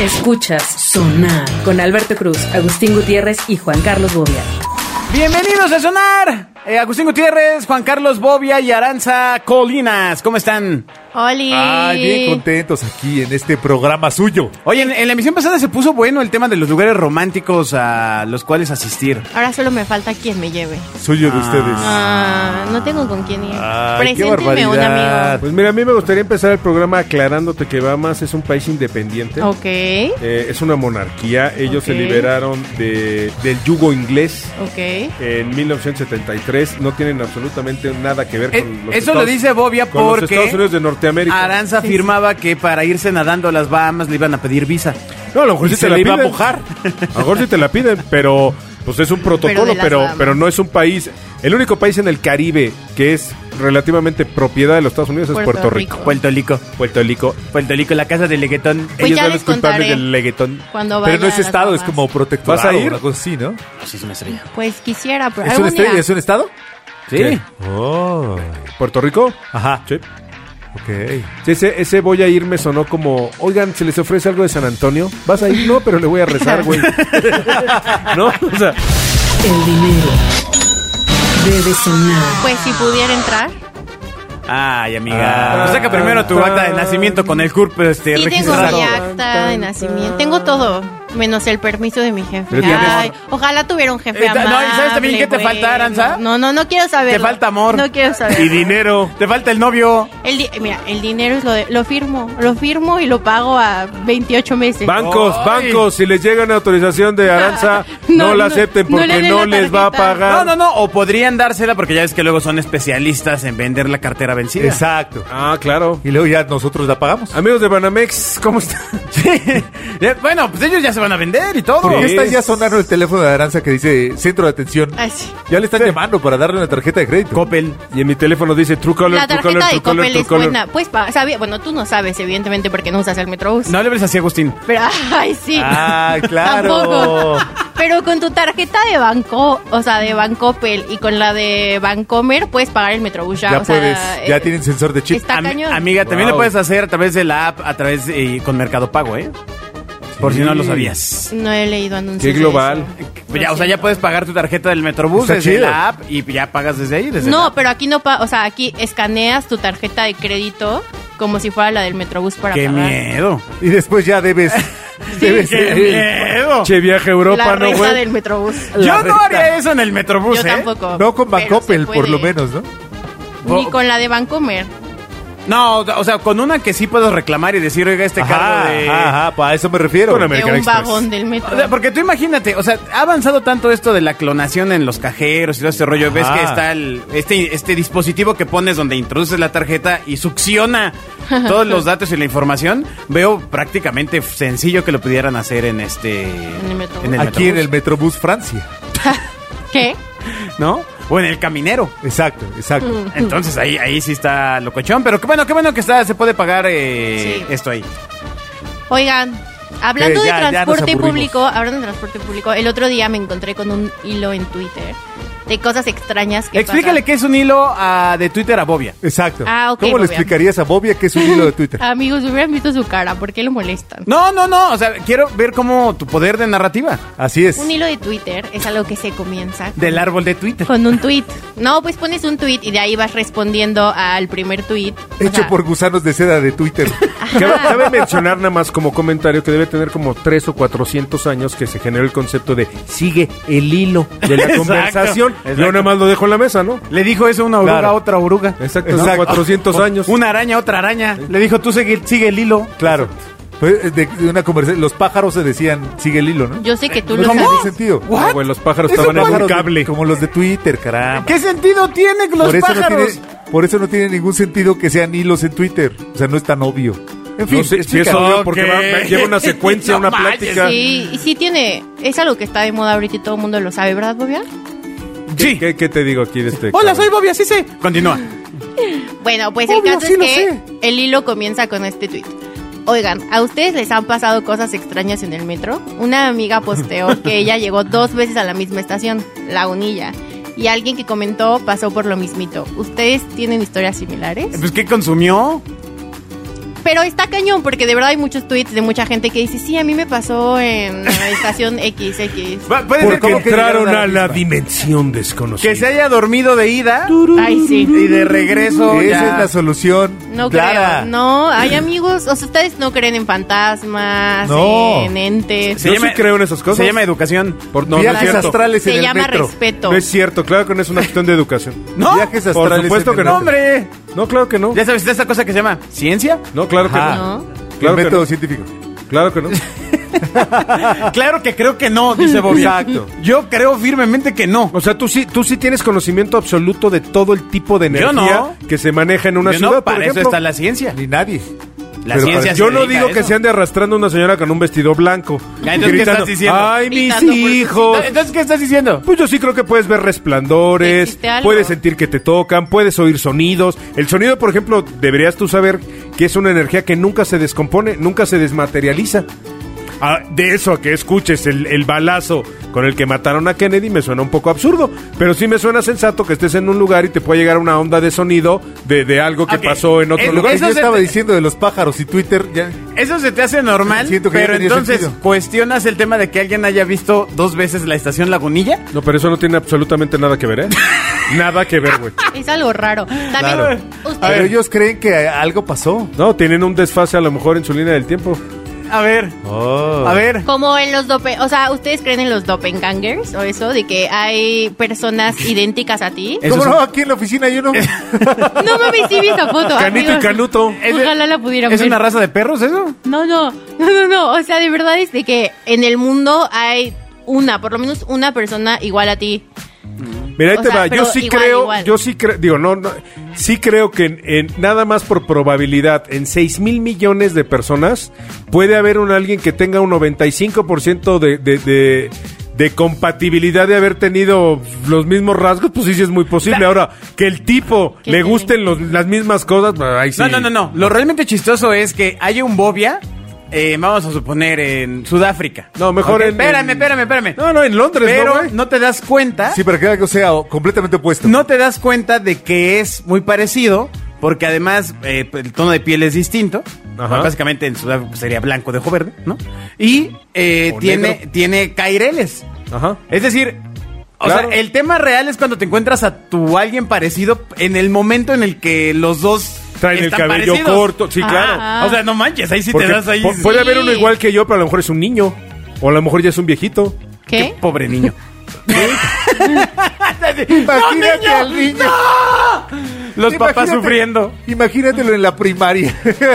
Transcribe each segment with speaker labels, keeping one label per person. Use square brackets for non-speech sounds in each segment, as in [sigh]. Speaker 1: Escuchas Sonar con Alberto Cruz, Agustín Gutiérrez y Juan Carlos Bobia.
Speaker 2: Bienvenidos a Sonar. Eh, Agustín Gutiérrez, Juan Carlos Bobia y Aranza Colinas. ¿Cómo están?
Speaker 3: Oli.
Speaker 2: Ah,
Speaker 4: Ay, bien contentos aquí en este programa suyo.
Speaker 2: Oye, en, en la emisión pasada se puso bueno el tema de los lugares románticos a los cuales asistir.
Speaker 3: Ahora solo me falta quien me lleve.
Speaker 4: Suyo de ustedes.
Speaker 3: Ah, no tengo con quién ir.
Speaker 4: Ay, qué
Speaker 3: Presénteme un
Speaker 4: barbaridad.
Speaker 3: amigo.
Speaker 5: Pues mira, a mí me gustaría empezar el programa aclarándote que Bahamas es un país independiente.
Speaker 3: Ok,
Speaker 5: Eh, es una monarquía. Ellos
Speaker 3: Ok.
Speaker 5: se liberaron de, del yugo inglés
Speaker 3: ok.
Speaker 5: en 1973. No tienen absolutamente nada que ver
Speaker 2: Eh,
Speaker 5: con los
Speaker 2: eso lo
Speaker 5: Estados-
Speaker 2: dice Bobia
Speaker 5: con los Estados
Speaker 2: porque
Speaker 5: Unidos de Norteamérica.
Speaker 2: Aranza afirmaba que para irse nadando a las Bahamas le iban a pedir visa.
Speaker 5: No, a lo mejor
Speaker 2: Y
Speaker 5: sí
Speaker 2: se
Speaker 5: te la
Speaker 2: le iba
Speaker 5: piden.
Speaker 2: a mojar.
Speaker 5: A lo mejor sí te la piden, pero pues es un
Speaker 3: Pero de
Speaker 5: protocolo,
Speaker 3: las
Speaker 5: pero,
Speaker 3: Bahamas.
Speaker 5: pero no es un país. El único país en el Caribe que es relativamente propiedad de los Estados Unidos es
Speaker 3: Puerto
Speaker 5: Puerto Rico.
Speaker 3: Rico.
Speaker 2: Puerto Rico.
Speaker 5: Puerto Rico.
Speaker 2: Puerto Rico, la casa del leguetón.
Speaker 3: Pues
Speaker 5: Ellos
Speaker 3: ya
Speaker 5: son
Speaker 3: les
Speaker 5: los culpables
Speaker 3: contaré.
Speaker 5: del reggaetón.
Speaker 3: Cuando vaya
Speaker 4: Pero no
Speaker 3: a
Speaker 4: es
Speaker 3: las
Speaker 4: estado, es
Speaker 3: Bahamas.
Speaker 4: como protectorado.
Speaker 5: ¿Vas a ir?
Speaker 4: Una cosa así, ¿no?
Speaker 2: Sí, es una estrella.
Speaker 3: Pues quisiera, pero
Speaker 4: ¿Es un,
Speaker 3: algún
Speaker 4: este-
Speaker 3: día.
Speaker 4: ¿Es un estado?
Speaker 2: Sí.
Speaker 4: ¿Qué? Oh,
Speaker 5: ¿Puerto Rico?
Speaker 4: Ajá.
Speaker 5: Sí.
Speaker 4: ok.
Speaker 5: Sí, ese, ese voy a ir me sonó como, oigan, ¿se les ofrece algo de San Antonio? ¿Vas a ir? No, pero le voy a rezar,
Speaker 4: [laughs]
Speaker 5: güey. ¿No? O sea,
Speaker 1: El dinero debe sonar.
Speaker 3: Pues si pudiera entrar.
Speaker 2: Ay, amiga. Pues
Speaker 5: Ah.
Speaker 2: saca primero tu acta de nacimiento con el CURP este,
Speaker 3: Sí tengo
Speaker 2: registrado.
Speaker 3: mi acta de nacimiento. Tengo todo, menos el permiso de mi jefe.
Speaker 5: Pero tienes-
Speaker 3: Ay, ojalá tuviera un jefe
Speaker 2: Eh, no, ¿y
Speaker 3: amable.
Speaker 2: sabes también qué te
Speaker 3: bueno.
Speaker 2: falta, Aranza?
Speaker 3: No, no, no quiero saber.
Speaker 2: Te falta amor.
Speaker 3: No quiero saber.
Speaker 2: Y dinero. Te falta el novio.
Speaker 3: El di- mira, el dinero es lo de, lo firmo, lo firmo y lo pago a 28 meses.
Speaker 5: bancos,
Speaker 2: Ay.
Speaker 5: bancos, si les llega una autorización de Aranza, no,
Speaker 3: [laughs] No,
Speaker 5: la
Speaker 3: no,
Speaker 5: acepten
Speaker 3: no le
Speaker 5: porque
Speaker 3: den
Speaker 5: no,
Speaker 3: la
Speaker 5: les va a
Speaker 3: tarjeta.
Speaker 5: pagar.
Speaker 2: No, no, no. O podrían dársela porque ya ves que luego son especialistas en vender la cartera vencida.
Speaker 4: Exacto.
Speaker 5: Ah, claro.
Speaker 4: Y luego ya nosotros la pagamos.
Speaker 5: Amigos de Banamex, ¿cómo están?
Speaker 2: [laughs]
Speaker 5: [laughs]
Speaker 2: Sí. Ya, bueno, pues ellos ya se van a vender y todo.
Speaker 4: Porque
Speaker 5: Sí.
Speaker 4: estas ya sonaron el teléfono de Aranza que dice centro de atención.
Speaker 3: Ay, sí.
Speaker 4: Ya le están llamando para darle una tarjeta de crédito.
Speaker 2: Coppel.
Speaker 5: Y en mi teléfono dice True Color,
Speaker 3: La
Speaker 5: True
Speaker 3: tarjeta de
Speaker 5: Color, True Color,
Speaker 3: Coppel
Speaker 5: True
Speaker 3: es
Speaker 5: Color.
Speaker 3: buena. Pues pa- sabía, bueno, tú no sabes, evidentemente, porque no usas el Metrobús.
Speaker 2: No le hables así, Agustín.
Speaker 3: Pero, [laughs] ay, sí.
Speaker 4: Ah, claro.
Speaker 3: Tampoco. [laughs] Pero con tu tarjeta de banco, o sea, de Bancopel y con la de Bancomer puedes pagar el Metrobús ya.
Speaker 4: Ya
Speaker 3: o sea,
Speaker 4: puedes. ya
Speaker 3: eh,
Speaker 4: tienen sensor de chip.
Speaker 3: está
Speaker 2: Ami-
Speaker 3: cañón.
Speaker 2: Amiga, también lo
Speaker 4: Wow.
Speaker 2: puedes hacer a través de la app, a través eh, con Mercado Pago, ¿eh? Por si no lo sabías.
Speaker 3: No he leído anuncios.
Speaker 5: Qué
Speaker 3: de
Speaker 5: global. [laughs]
Speaker 3: eso.
Speaker 2: Pues ya, o sea, ya puedes pagar tu tarjeta del Metrobús
Speaker 4: Está
Speaker 2: desde
Speaker 4: chido.
Speaker 2: la app y ya pagas desde ahí. Desde la
Speaker 3: No,
Speaker 2: app.
Speaker 3: pero aquí no, pa- o sea, aquí escaneas tu tarjeta de crédito como si fuera la del Metrobús para
Speaker 2: Qué
Speaker 3: pagar.
Speaker 2: miedo.
Speaker 4: Y después
Speaker 3: [laughs]
Speaker 4: ya debes. debes
Speaker 2: Qué miedo.
Speaker 5: Che, viaje a Europa,
Speaker 3: La
Speaker 5: ¿no,
Speaker 3: renta
Speaker 5: güey?
Speaker 3: del Metrobús.
Speaker 2: Yo
Speaker 4: La
Speaker 2: no
Speaker 4: renta.
Speaker 2: haría eso en el Metrobús,
Speaker 3: Yo
Speaker 2: ¿eh?
Speaker 3: tampoco.
Speaker 4: No con
Speaker 3: pero se
Speaker 4: Bancopel, por
Speaker 3: puede.
Speaker 4: lo menos, ¿no?
Speaker 3: Ni con la de Bancomer.
Speaker 2: No, o sea, con una que sí puedo reclamar y decir, oiga, este cargo de...
Speaker 4: ajá, ajá, para eso me refiero.
Speaker 5: Con
Speaker 3: De
Speaker 5: American
Speaker 3: un
Speaker 5: Express.
Speaker 3: vagón del metro.
Speaker 2: O sea, porque tú imagínate, o sea, ha avanzado tanto esto de la clonación en los cajeros y todo este rollo. Ves
Speaker 4: Ajá.
Speaker 2: que está el- este, este dispositivo que pones donde introduces la tarjeta y succiona todos los datos y la información. Veo prácticamente sencillo que lo pudieran hacer en este.
Speaker 3: el Metrobús.
Speaker 4: Aquí en el
Speaker 2: Metrobús,
Speaker 4: Metrobús Francia.
Speaker 3: ¿Qué?
Speaker 2: ¿No? O en el
Speaker 3: [laughs]
Speaker 2: caminero.
Speaker 4: Exacto, exacto.
Speaker 3: Mm.
Speaker 2: Entonces ahí, ahí sí está locochón. Pero qué bueno, qué bueno que está, se puede pagar eh,
Speaker 3: Sí.
Speaker 2: esto ahí.
Speaker 3: Oigan, hablando
Speaker 4: Eh, ya- ya
Speaker 3: de
Speaker 4: nos
Speaker 3: transporte
Speaker 4: aburrimos.
Speaker 3: público, hablando de transporte público, el otro día me encontré con un hilo en Twitter de cosas extrañas que
Speaker 2: Explícale
Speaker 3: pasan.
Speaker 2: qué es un hilo ah, de Twitter a Bobia.
Speaker 4: Exacto.
Speaker 3: Ah, ok,
Speaker 4: ¿Cómo le
Speaker 3: Bobia.
Speaker 4: explicarías a Bobia que es un hilo
Speaker 3: [laughs]
Speaker 4: de Twitter?
Speaker 3: Amigos, hubieran visto su cara, ¿por qué lo molestan?
Speaker 2: No, no, no. O sea, quiero ver cómo tu poder de narrativa.
Speaker 4: Así es.
Speaker 3: Un hilo de Twitter es algo que se comienza
Speaker 2: Del árbol de Twitter.
Speaker 3: con un tweet. No, pues pones un tweet y de ahí vas respondiendo al primer tweet. O
Speaker 4: Hecho
Speaker 3: sea,
Speaker 4: por gusanos de seda de Twitter.
Speaker 5: Cabe, cabe mencionar nada más como comentario que debe tener como tres o 400 años que se generó el concepto de sigue el hilo de la
Speaker 2: Exacto,
Speaker 5: conversación.
Speaker 2: exacto.
Speaker 5: Yo nada más lo dejo en la mesa, ¿no?
Speaker 2: Le dijo eso una oruga
Speaker 4: Claro.
Speaker 2: a otra oruga.
Speaker 5: Exacto,
Speaker 4: Exacto.
Speaker 5: son 400 años.
Speaker 2: Una araña a otra araña. Le dijo, tú sigue, sigue el hilo.
Speaker 4: Claro. Fue de- de una conversación. Los pájaros se decían, sigue el hilo, ¿no?
Speaker 3: Yo sé que tú
Speaker 4: no
Speaker 3: lo
Speaker 4: tiene
Speaker 3: sabes.
Speaker 4: sentido.
Speaker 5: No, güey, los pájaros
Speaker 4: Esos
Speaker 5: estaban en un
Speaker 4: pájaros de-
Speaker 5: cable.
Speaker 4: Como los de Twitter, caramba.
Speaker 2: ¿Qué sentido tiene los
Speaker 4: por, eso no
Speaker 2: pájaros?
Speaker 4: tiene, por eso no tiene ningún sentido que sean hilos en Twitter. O sea, no es tan obvio. En fin,
Speaker 5: No sé si es
Speaker 4: explícalo.
Speaker 5: obvio porque va- va- lleva
Speaker 2: [laughs]
Speaker 5: una secuencia,
Speaker 2: No
Speaker 5: una
Speaker 2: manches,
Speaker 5: plática.
Speaker 3: Sí, y sí tiene. Es algo que está de moda ahorita y todo el mundo lo sabe, ¿verdad, Bobia?
Speaker 5: ¿Qué-
Speaker 2: Sí.
Speaker 5: ¿Qué, qué te digo aquí de este?
Speaker 2: Hola,
Speaker 5: cabrón?
Speaker 2: soy Bobby, así sé. Continúa.
Speaker 3: Bueno, pues
Speaker 4: Obvio,
Speaker 3: el caso
Speaker 4: sí
Speaker 3: es
Speaker 4: lo
Speaker 3: que
Speaker 4: sé.
Speaker 3: el hilo comienza con este tweet. Oigan, ¿a ustedes les han pasado cosas extrañas en el metro? Una amiga posteó
Speaker 4: [laughs]
Speaker 3: que ella llegó dos veces a la misma estación, La Unilla, y alguien que comentó
Speaker 4: Pues
Speaker 3: pasó por lo mismito. ¿Ustedes tienen historias similares?
Speaker 2: Pues, ¿qué consumió?
Speaker 3: pero está cañón, porque de verdad hay muchos tweets de mucha gente que dice, sí, a mí me pasó en
Speaker 4: [laughs]
Speaker 3: la estación XX.
Speaker 2: Va- puede ser
Speaker 5: Porque
Speaker 2: como que
Speaker 5: entraron
Speaker 2: llegaron
Speaker 5: a la
Speaker 2: misma.
Speaker 5: dimensión desconocida.
Speaker 2: Que se haya dormido de ida
Speaker 3: Ay, sí.
Speaker 2: y de regreso.
Speaker 4: Esa
Speaker 2: ya.
Speaker 4: es la solución.
Speaker 3: No
Speaker 4: clara.
Speaker 3: creo. No, hay amigos. O sea, ustedes no creen en fantasmas,
Speaker 4: No.
Speaker 3: en entes.
Speaker 5: Yo sí creo en esas cosas.
Speaker 2: Se llama educación.
Speaker 5: Por- no, no es
Speaker 4: Viajes
Speaker 5: cierto.
Speaker 4: astrales
Speaker 3: Se
Speaker 4: en el
Speaker 3: llama
Speaker 4: metro.
Speaker 3: respeto.
Speaker 5: No es cierto, claro que no es una cuestión de educación.
Speaker 2: ¿No?
Speaker 4: Viajes
Speaker 5: Por
Speaker 4: astrales
Speaker 5: supuesto
Speaker 4: en
Speaker 5: que
Speaker 4: el
Speaker 5: no.
Speaker 4: metro.
Speaker 2: ¡Hombre!
Speaker 5: No, claro que no.
Speaker 2: Ya sabes, está esta cosa que se llama ciencia.
Speaker 5: No, claro que
Speaker 4: Ajá.
Speaker 5: no.
Speaker 3: ¿No?
Speaker 5: Claro
Speaker 4: el
Speaker 5: que
Speaker 4: método
Speaker 5: no.
Speaker 4: científico.
Speaker 5: Claro que no.
Speaker 2: Claro que creo que no, dice Bobby.
Speaker 5: Exacto.
Speaker 2: Yo creo firmemente que no.
Speaker 5: O sea, tú sí, tú sí tienes conocimiento absoluto de todo el tipo de
Speaker 2: Yo
Speaker 5: energía
Speaker 2: no.
Speaker 5: que se maneja en una
Speaker 2: Yo no,
Speaker 5: ciudad, por
Speaker 2: para eso
Speaker 5: ejemplo.
Speaker 2: está la ciencia.
Speaker 4: Ni nadie.
Speaker 2: La
Speaker 5: Pero
Speaker 2: ciencia
Speaker 5: para-
Speaker 2: se
Speaker 5: yo no
Speaker 2: dedica
Speaker 5: digo
Speaker 2: a
Speaker 5: que
Speaker 2: eso.
Speaker 5: se ande arrastrando una señora con un vestido blanco.
Speaker 2: Ya, entonces, ¿qué estás diciendo?
Speaker 5: Ay, mis
Speaker 3: Gritando por sus
Speaker 5: hijos.
Speaker 2: Entonces, ¿qué estás diciendo?
Speaker 5: Pues yo sí creo que puedes ver resplandores,
Speaker 3: Existe algo.
Speaker 5: puedes sentir que te tocan, puedes oír sonidos. El sonido, por ejemplo, deberías tú saber que es una energía que nunca se descompone, nunca se desmaterializa. Ah, de eso a que escuches el, el balazo con el que mataron a Kennedy me suena un poco absurdo, pero sí me suena sensato que estés en un lugar y te pueda llegar una onda de sonido de, de algo que
Speaker 2: Ok.
Speaker 5: pasó en otro
Speaker 2: Eh,
Speaker 4: Lo
Speaker 5: lugar.
Speaker 4: que
Speaker 2: eso
Speaker 4: yo
Speaker 2: se
Speaker 4: estaba
Speaker 2: te-
Speaker 4: diciendo de los pájaros y Twitter, ya.
Speaker 2: Eso se te hace normal,
Speaker 4: Siento que ya
Speaker 2: pero
Speaker 4: tenía
Speaker 2: entonces
Speaker 4: sentido.
Speaker 2: cuestionas el tema de que alguien haya visto dos veces la estación Lagunilla.
Speaker 5: No, pero eso no tiene absolutamente nada que ver, ¿eh? nada que ver, güey.
Speaker 3: Es algo raro. También,
Speaker 5: Claro.
Speaker 3: ustedes-
Speaker 4: Pero ellos creen que algo pasó.
Speaker 5: No, tienen un desfase a lo mejor en su línea del tiempo.
Speaker 2: A ver, a ver.
Speaker 3: Como en los dope, o sea, ¿ustedes creen en los doppelgangers o eso de que hay
Speaker 4: [laughs]
Speaker 3: personas idénticas a ti?
Speaker 2: Eso
Speaker 4: ¿Cómo
Speaker 2: es-
Speaker 4: no? Aquí en la oficina [laughs] hay uno.
Speaker 3: No mames, sí vi esa foto.
Speaker 5: Canito y
Speaker 3: amigos.
Speaker 5: Canuto.
Speaker 2: ¿Es de-
Speaker 3: Ojalá la pudieran
Speaker 2: ¿Es
Speaker 3: ver.
Speaker 2: una raza de perros eso?
Speaker 3: No, no, no, no, no. O sea, de verdad es de que en el mundo hay una, por lo menos una persona igual a ti.
Speaker 5: Mira, ahí
Speaker 3: O
Speaker 5: te
Speaker 3: sea,
Speaker 5: va. Yo
Speaker 3: pero
Speaker 5: sí
Speaker 3: igual,
Speaker 5: creo,
Speaker 3: igual.
Speaker 5: yo sí creo, digo, no, no, sí creo que en, en- nada más por probabilidad, en 6 mil millones de personas, puede haber un alguien que tenga un 95% de, de, de, de compatibilidad de haber tenido los mismos rasgos, pues sí, sí es muy posible. Ahora, que el tipo
Speaker 3: Que
Speaker 5: le
Speaker 3: tiene.
Speaker 5: gusten los- las mismas cosas, pues, ahí sí.
Speaker 2: No, no, no, no. Lo realmente chistoso es que hay un bobia, eh, vamos a suponer, en Sudáfrica.
Speaker 5: No, mejor
Speaker 2: Ok,
Speaker 5: en-
Speaker 2: Espérame,
Speaker 5: en-
Speaker 2: espérame, espérame.
Speaker 5: No, no, en Londres, ¿no,
Speaker 2: Pero
Speaker 5: güey?
Speaker 2: no te das cuenta.
Speaker 4: Sí, pero que algo sea o- completamente opuesto.
Speaker 2: No te das cuenta de que es muy parecido, porque además eh, el tono de piel es distinto.
Speaker 5: Ajá.
Speaker 2: Básicamente en Sudáfrica sería blanco de ojo verde, ¿no? Y eh,
Speaker 5: O
Speaker 2: tiene,
Speaker 5: negro.
Speaker 2: tiene caireles.
Speaker 5: Ajá.
Speaker 2: Es decir, o
Speaker 5: Claro.
Speaker 2: sea, el tema real es cuando te encuentras a tu alguien parecido en el momento en el que los dos
Speaker 5: Traen el
Speaker 2: están
Speaker 5: cabello
Speaker 2: parecidos.
Speaker 5: corto, sí, claro.
Speaker 2: Ah, o sea, no manches, ahí sí
Speaker 5: Porque
Speaker 2: te das ahí.
Speaker 5: pu-
Speaker 2: sí.
Speaker 5: Puede haber uno igual que yo, pero a lo mejor es un niño. O a lo mejor ya es un viejito.
Speaker 3: ¿Qué?
Speaker 2: Pobre niño.
Speaker 4: Imagínate
Speaker 2: niño!
Speaker 4: al niño.
Speaker 2: Los papás
Speaker 4: Imagínate-
Speaker 2: sufriendo.
Speaker 4: Imagínatelo en la primaria.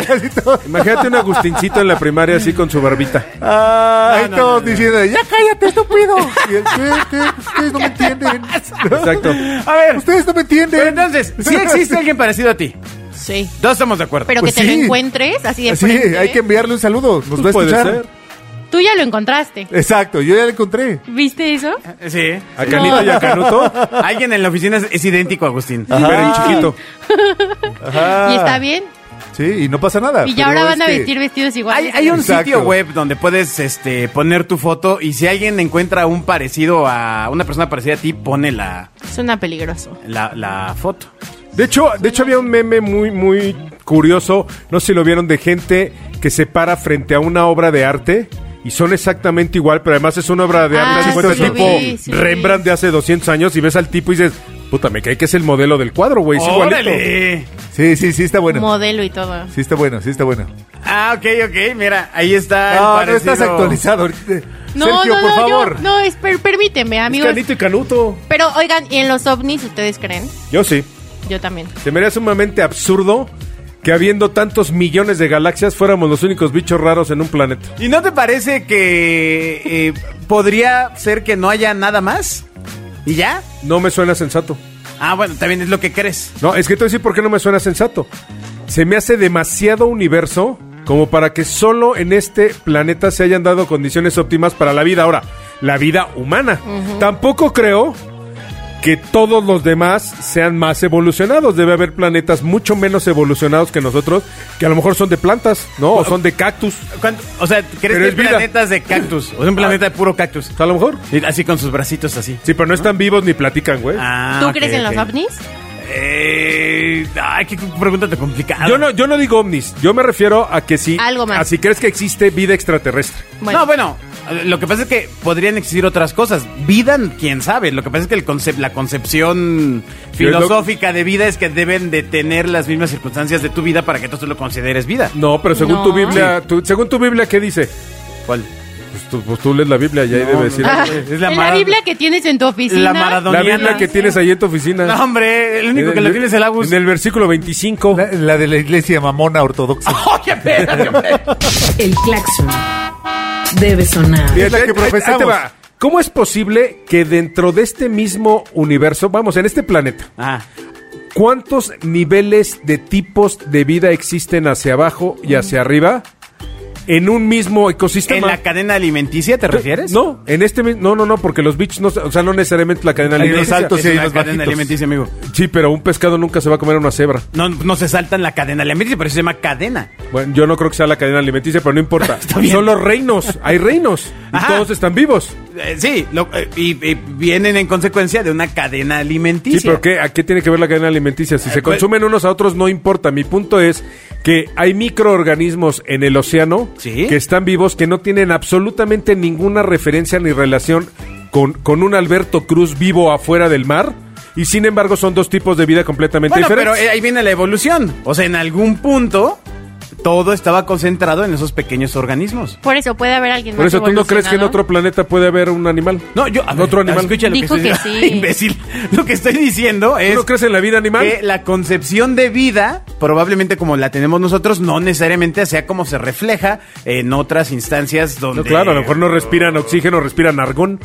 Speaker 4: Así todo-
Speaker 5: Imagínate un Agustincito en la primaria así con su barbita.
Speaker 4: Ay,
Speaker 2: Ah, No, no,
Speaker 4: todos
Speaker 2: no, no.
Speaker 4: diciendo, ya cállate, estúpido. Y el, ¿Qué, qué? Ustedes no me entienden.
Speaker 5: Exacto.
Speaker 2: A ver,
Speaker 4: Ustedes no me entienden.
Speaker 2: pero entonces, si
Speaker 4: [laughs]
Speaker 2: existe alguien parecido a ti,
Speaker 3: Sí.
Speaker 2: todos estamos de acuerdo.
Speaker 3: Pero
Speaker 4: Pues
Speaker 3: que te
Speaker 4: sí.
Speaker 3: lo encuentres así de
Speaker 4: Sí,
Speaker 3: frente. ¿eh?
Speaker 4: hay que enviarle un saludo. Nos va a
Speaker 5: Puede
Speaker 4: escuchar.
Speaker 5: ser.
Speaker 3: Tú ya lo encontraste.
Speaker 4: Exacto, yo ya lo encontré.
Speaker 3: ¿Viste eso?
Speaker 2: Sí.
Speaker 5: A Canito y a Canuto,
Speaker 2: [laughs] Alguien en la oficina es, es idéntico a Agustín.
Speaker 5: pero en chiquito.
Speaker 4: Ajá.
Speaker 3: Y está bien.
Speaker 4: Sí, y no pasa nada.
Speaker 3: Y
Speaker 4: Ah, pero este,
Speaker 3: ya ahora
Speaker 4: es
Speaker 3: van a
Speaker 4: que-
Speaker 3: vestir vestidos
Speaker 2: Hay,
Speaker 3: iguales.
Speaker 2: hay un
Speaker 4: Exacto.
Speaker 2: sitio web donde puedes este, poner tu foto y si alguien encuentra un parecido a una persona parecida a ti, pone la,
Speaker 3: Suena peligroso.
Speaker 2: la, la foto.
Speaker 5: De hecho, de hecho había un meme muy, muy curioso, no sé si lo vieron, de gente que se para frente a una obra de arte y son exactamente igual, pero además es una obra de
Speaker 3: Ah,
Speaker 5: arte
Speaker 3: sí
Speaker 5: cuenta,
Speaker 4: lo
Speaker 5: tipo
Speaker 3: vi, sí lo
Speaker 5: Rembrandt
Speaker 3: vi.
Speaker 5: de hace 200 años y ves al tipo y dices, puta, me cae que es el modelo del cuadro, güey, Pues es igualito.
Speaker 2: ¡Órale!
Speaker 4: Sí, sí, sí está bueno.
Speaker 3: Modelo y todo.
Speaker 4: Sí está bueno, sí está bueno. Ah,
Speaker 2: Ah, ok, ok, mira, ahí está. el
Speaker 4: No, no
Speaker 2: parecido.
Speaker 4: estás actualizado ahorita.
Speaker 3: No,
Speaker 4: Sergio,
Speaker 3: no,
Speaker 4: por
Speaker 3: no,
Speaker 4: favor.
Speaker 3: yo. No, es, per- permíteme,
Speaker 5: Es
Speaker 3: amigos.
Speaker 5: Canito y Canuto.
Speaker 3: Pero oigan, ¿y en los ovnis ustedes creen?
Speaker 5: Yo sí.
Speaker 3: Yo también.
Speaker 5: Se me haría sumamente absurdo que habiendo tantos millones de galaxias fuéramos los únicos bichos raros en un planeta.
Speaker 2: ¿Y no te parece que eh, podría ser que no haya nada más? ¿Y ya?
Speaker 5: No me suena sensato.
Speaker 2: Ah, bueno, también es lo que crees.
Speaker 5: No, es que te voy a decir por qué no me suena sensato. Se me hace demasiado universo como para que solo en este planeta se hayan dado condiciones óptimas para la vida. Ahora, la vida humana. Tampoco creo que todos los demás sean más evolucionados. Debe haber planetas mucho menos evolucionados que nosotros, que a lo mejor son de plantas, ¿no? O son de cactus.
Speaker 2: ¿Cuánto- O sea, ¿crees
Speaker 5: Pero
Speaker 2: que
Speaker 5: es
Speaker 2: hay
Speaker 5: vida.
Speaker 2: planetas de cactus? O es un planeta de puro cactus.
Speaker 5: O sea, a lo mejor.
Speaker 2: Y Así con sus bracitos así.
Speaker 5: Sí, pero no están vivos ni platican, güey.
Speaker 2: Ah,
Speaker 3: ¿Tú
Speaker 2: ok,
Speaker 3: crees en
Speaker 2: ok.
Speaker 3: los ovnis?
Speaker 2: Eh, ay, qué pregunta tan complicada.
Speaker 5: Yo no, yo no digo ovnis, yo me refiero a que si,
Speaker 3: Algo más.
Speaker 5: a si crees que existe vida extraterrestre.
Speaker 2: No, bueno, lo que pasa es que podrían existir otras cosas. Vida, quién sabe. Lo que pasa es que el concep- la concepción filosófica de vida es que deben de tener las mismas circunstancias de tu vida para que tú lo consideres vida.
Speaker 5: No, pero según
Speaker 3: No.
Speaker 5: tu Biblia, tu- según tu Biblia, ¿qué dice?
Speaker 2: ¿Cuál? Ah,
Speaker 5: Pues tú, pues tú lees la Biblia y ahí debe decir. algo.
Speaker 2: Es
Speaker 3: Ah, En la
Speaker 2: mara- [laughs]
Speaker 3: Biblia que tienes en tu oficina.
Speaker 2: La maradona.
Speaker 5: La Biblia que tienes ahí en tu oficina.
Speaker 2: No, hombre, el único
Speaker 5: En
Speaker 2: que lo tiene es el Agus.
Speaker 5: En el versículo 25.
Speaker 4: La, la de la iglesia mamona ortodoxa.
Speaker 2: Oye, espérate, hombre.
Speaker 1: El claxon debe sonar.
Speaker 5: Bien,
Speaker 4: Es la
Speaker 5: ahí-
Speaker 4: que
Speaker 5: ahí- ahí te
Speaker 4: profesamos.
Speaker 5: va. ¿Cómo es posible que dentro de este mismo universo, vamos, en este planeta,
Speaker 2: Ah,
Speaker 5: ¿Cuántos niveles de tipos de vida existen hacia abajo y hacia arriba en un mismo
Speaker 2: ¿En
Speaker 5: ecosistema?
Speaker 2: la cadena alimenticia te refieres?
Speaker 5: No, en este mi- no, no, no, porque los bichos no, se- o sea, no necesariamente la cadena
Speaker 2: Hay unos
Speaker 5: alimenticia.
Speaker 2: altos y
Speaker 4: Es
Speaker 2: hay
Speaker 4: una
Speaker 2: unos
Speaker 4: cadena
Speaker 2: bajitos.
Speaker 4: alimenticia,
Speaker 2: amigo.
Speaker 5: Sí, pero un pescado nunca se va a comer una cebra.
Speaker 2: No, no se saltan la cadena alimenticia, pero se llama cadena.
Speaker 5: Bueno, yo no creo que sea la cadena alimenticia, pero no
Speaker 2: [laughs]
Speaker 5: importa.
Speaker 2: Está bien.
Speaker 5: Son los reinos, hay reinos y
Speaker 2: Ajá.
Speaker 5: todos están vivos.
Speaker 2: Eh, sí, lo- eh, y, y vienen en consecuencia de una cadena
Speaker 5: Sí,
Speaker 2: alimenticia.
Speaker 5: pero ¿qué, ¿a qué tiene que ver la cadena alimenticia? Si se
Speaker 2: pues-
Speaker 5: consumen unos a otros, no importa. Mi punto es que hay microorganismos en el océano
Speaker 2: Sí.
Speaker 5: que están vivos, que no tienen absolutamente ninguna referencia ni relación con, con un Alberto Cruz vivo afuera del mar. Y sin embargo, son dos tipos de vida completamente
Speaker 2: Bueno, pero
Speaker 5: diferentes.
Speaker 2: eh, ahí viene la evolución. O sea, en algún punto todo estaba concentrado en esos pequeños organismos.
Speaker 3: Por eso puede haber alguien más.
Speaker 5: Por eso, ¿tú no crees que en
Speaker 3: evolucionado?
Speaker 5: otro planeta puede haber un animal?
Speaker 2: No, yo a ver,
Speaker 5: otro animal.
Speaker 2: Escucha lo
Speaker 3: Dijo
Speaker 2: que,
Speaker 3: que
Speaker 2: estoy-
Speaker 3: sí.
Speaker 2: Imbécil. Lo que estoy diciendo
Speaker 5: ¿Tú
Speaker 2: es
Speaker 5: no crees en la vida animal?
Speaker 2: que la concepción de vida, probablemente como la tenemos nosotros, no necesariamente sea como se refleja en otras instancias donde.
Speaker 5: No, claro, a lo mejor no respiran oxígeno, respiran argón.